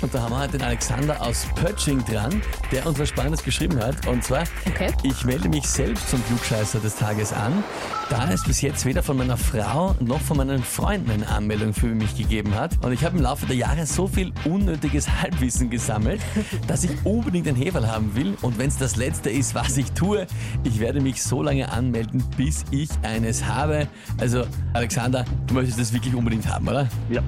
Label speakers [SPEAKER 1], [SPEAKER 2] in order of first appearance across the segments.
[SPEAKER 1] Und da haben wir heute den Alexander aus Pötsching dran, der uns was Spannendes geschrieben hat. Und zwar,
[SPEAKER 2] Okay.
[SPEAKER 1] ich melde mich selbst zum Klugscheißer des Tages an, da es bis jetzt weder von meiner Frau noch von meinen Freunden eine Anmeldung für mich gegeben hat. Und ich habe im Laufe der Jahre so viel unnötiges Halbwissen gesammelt, dass ich unbedingt ein Heferl haben will. Und wenn es das Letzte ist, was ich tue, ich werde mich so lange anmelden, bis ich eines habe. Also, Alexander, du möchtest das wirklich unbedingt haben, oder?
[SPEAKER 3] Ja.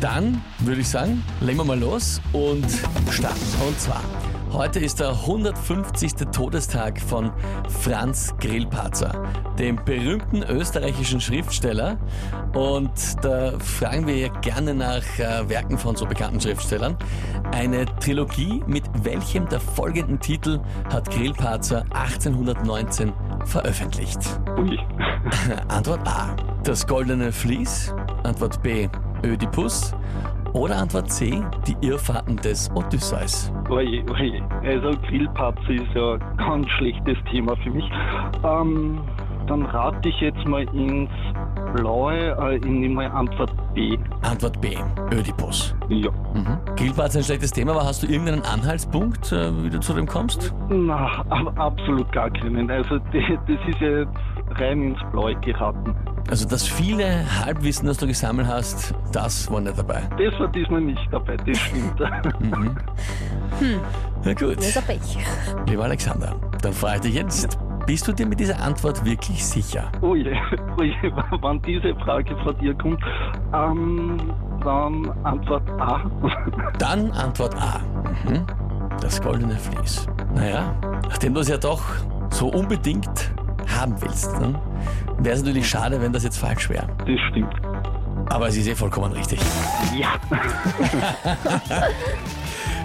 [SPEAKER 1] Dann würde ich sagen, legen wir mal los und starten. Und zwar, heute ist der 150. Todestag von Franz Grillparzer, dem berühmten österreichischen Schriftsteller. Und da fragen wir ja gerne nach äh, Werken von so bekannten Schriftstellern. Eine Trilogie mit welchem der folgenden Titel hat Grillparzer 1819 veröffentlicht?
[SPEAKER 3] Ui.
[SPEAKER 1] Antwort A. Das goldene Vlies. Antwort B. Ödipus. Oder Antwort C. Die Irrfahrten des Odysseus.
[SPEAKER 3] Oje, oje. Also Grillparze ist ja ein ganz schlechtes Thema für mich. Ähm, dann rate ich jetzt mal ins Blaue, äh, ich nehme mal Antwort B.
[SPEAKER 1] Antwort B. Ödipus.
[SPEAKER 3] Ja.
[SPEAKER 1] Mhm. Gilt war jetzt ein schlechtes Thema, aber hast du irgendeinen Anhaltspunkt, äh, wie du zu dem kommst?
[SPEAKER 3] Na, ab- absolut gar keinen. Also d- das ist ja jetzt rein ins Blaue geraten.
[SPEAKER 1] Also das viele Halbwissen, das du gesammelt hast, das war nicht dabei.
[SPEAKER 3] Das war diesmal nicht dabei, das stimmt.
[SPEAKER 1] Mhm. Na gut,
[SPEAKER 2] Das ist ein Pech.
[SPEAKER 1] lieber Alexander, dann frage ich dich jetzt, bist du dir mit dieser Antwort wirklich sicher?
[SPEAKER 3] Oje, oje, oh wann diese Frage von dir kommt, ähm, dann Antwort A.
[SPEAKER 1] Dann Antwort A. Mhm. Das goldene Vlies. Naja, nachdem du es ja doch so unbedingt haben willst, ne? wäre es natürlich schade, wenn das jetzt falsch wäre.
[SPEAKER 3] Das stimmt.
[SPEAKER 1] Aber es ist eh vollkommen richtig.
[SPEAKER 3] Ja.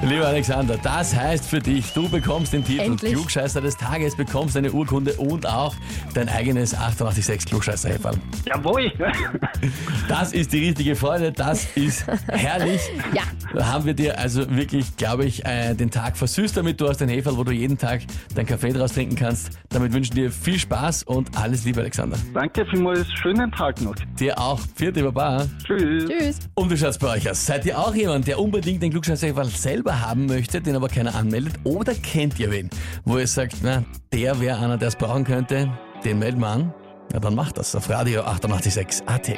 [SPEAKER 1] Lieber Alexander, das heißt für dich, du bekommst den Titel
[SPEAKER 2] Endlich.
[SPEAKER 1] Klugscheißer des Tages, bekommst eine Urkunde und auch dein eigenes 886 klugscheißer -Häferl.
[SPEAKER 3] Jawohl.
[SPEAKER 1] Das ist die richtige Freude, das ist herrlich.
[SPEAKER 2] Ja.
[SPEAKER 1] Da haben wir dir also wirklich, glaube ich, äh, den Tag versüßt damit. Du hast ein Heferl, wo du jeden Tag deinen Kaffee draus trinken kannst. Damit wünschen wir dir viel Spaß und alles Liebe, Alexander.
[SPEAKER 3] Danke vielmals. Schönen Tag noch.
[SPEAKER 1] Dir auch. Vierte Baba.
[SPEAKER 3] Tschüss.
[SPEAKER 2] Tschüss.
[SPEAKER 1] Und wie schaut's bei euch aus? Seid ihr auch jemand, der unbedingt den Glücksscheißer selber haben möchte, den aber keiner anmeldet? Oder kennt ihr wen, wo ihr sagt, na, der wäre einer, der es brauchen könnte, den melden wir an? Na, dann macht das auf Radio 886 AT.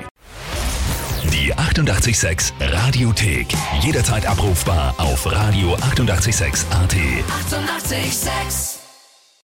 [SPEAKER 4] Die 88,6 Radiothek. Jederzeit abrufbar auf radio886.at. 88,6.
[SPEAKER 5] Eighty-eight, sex.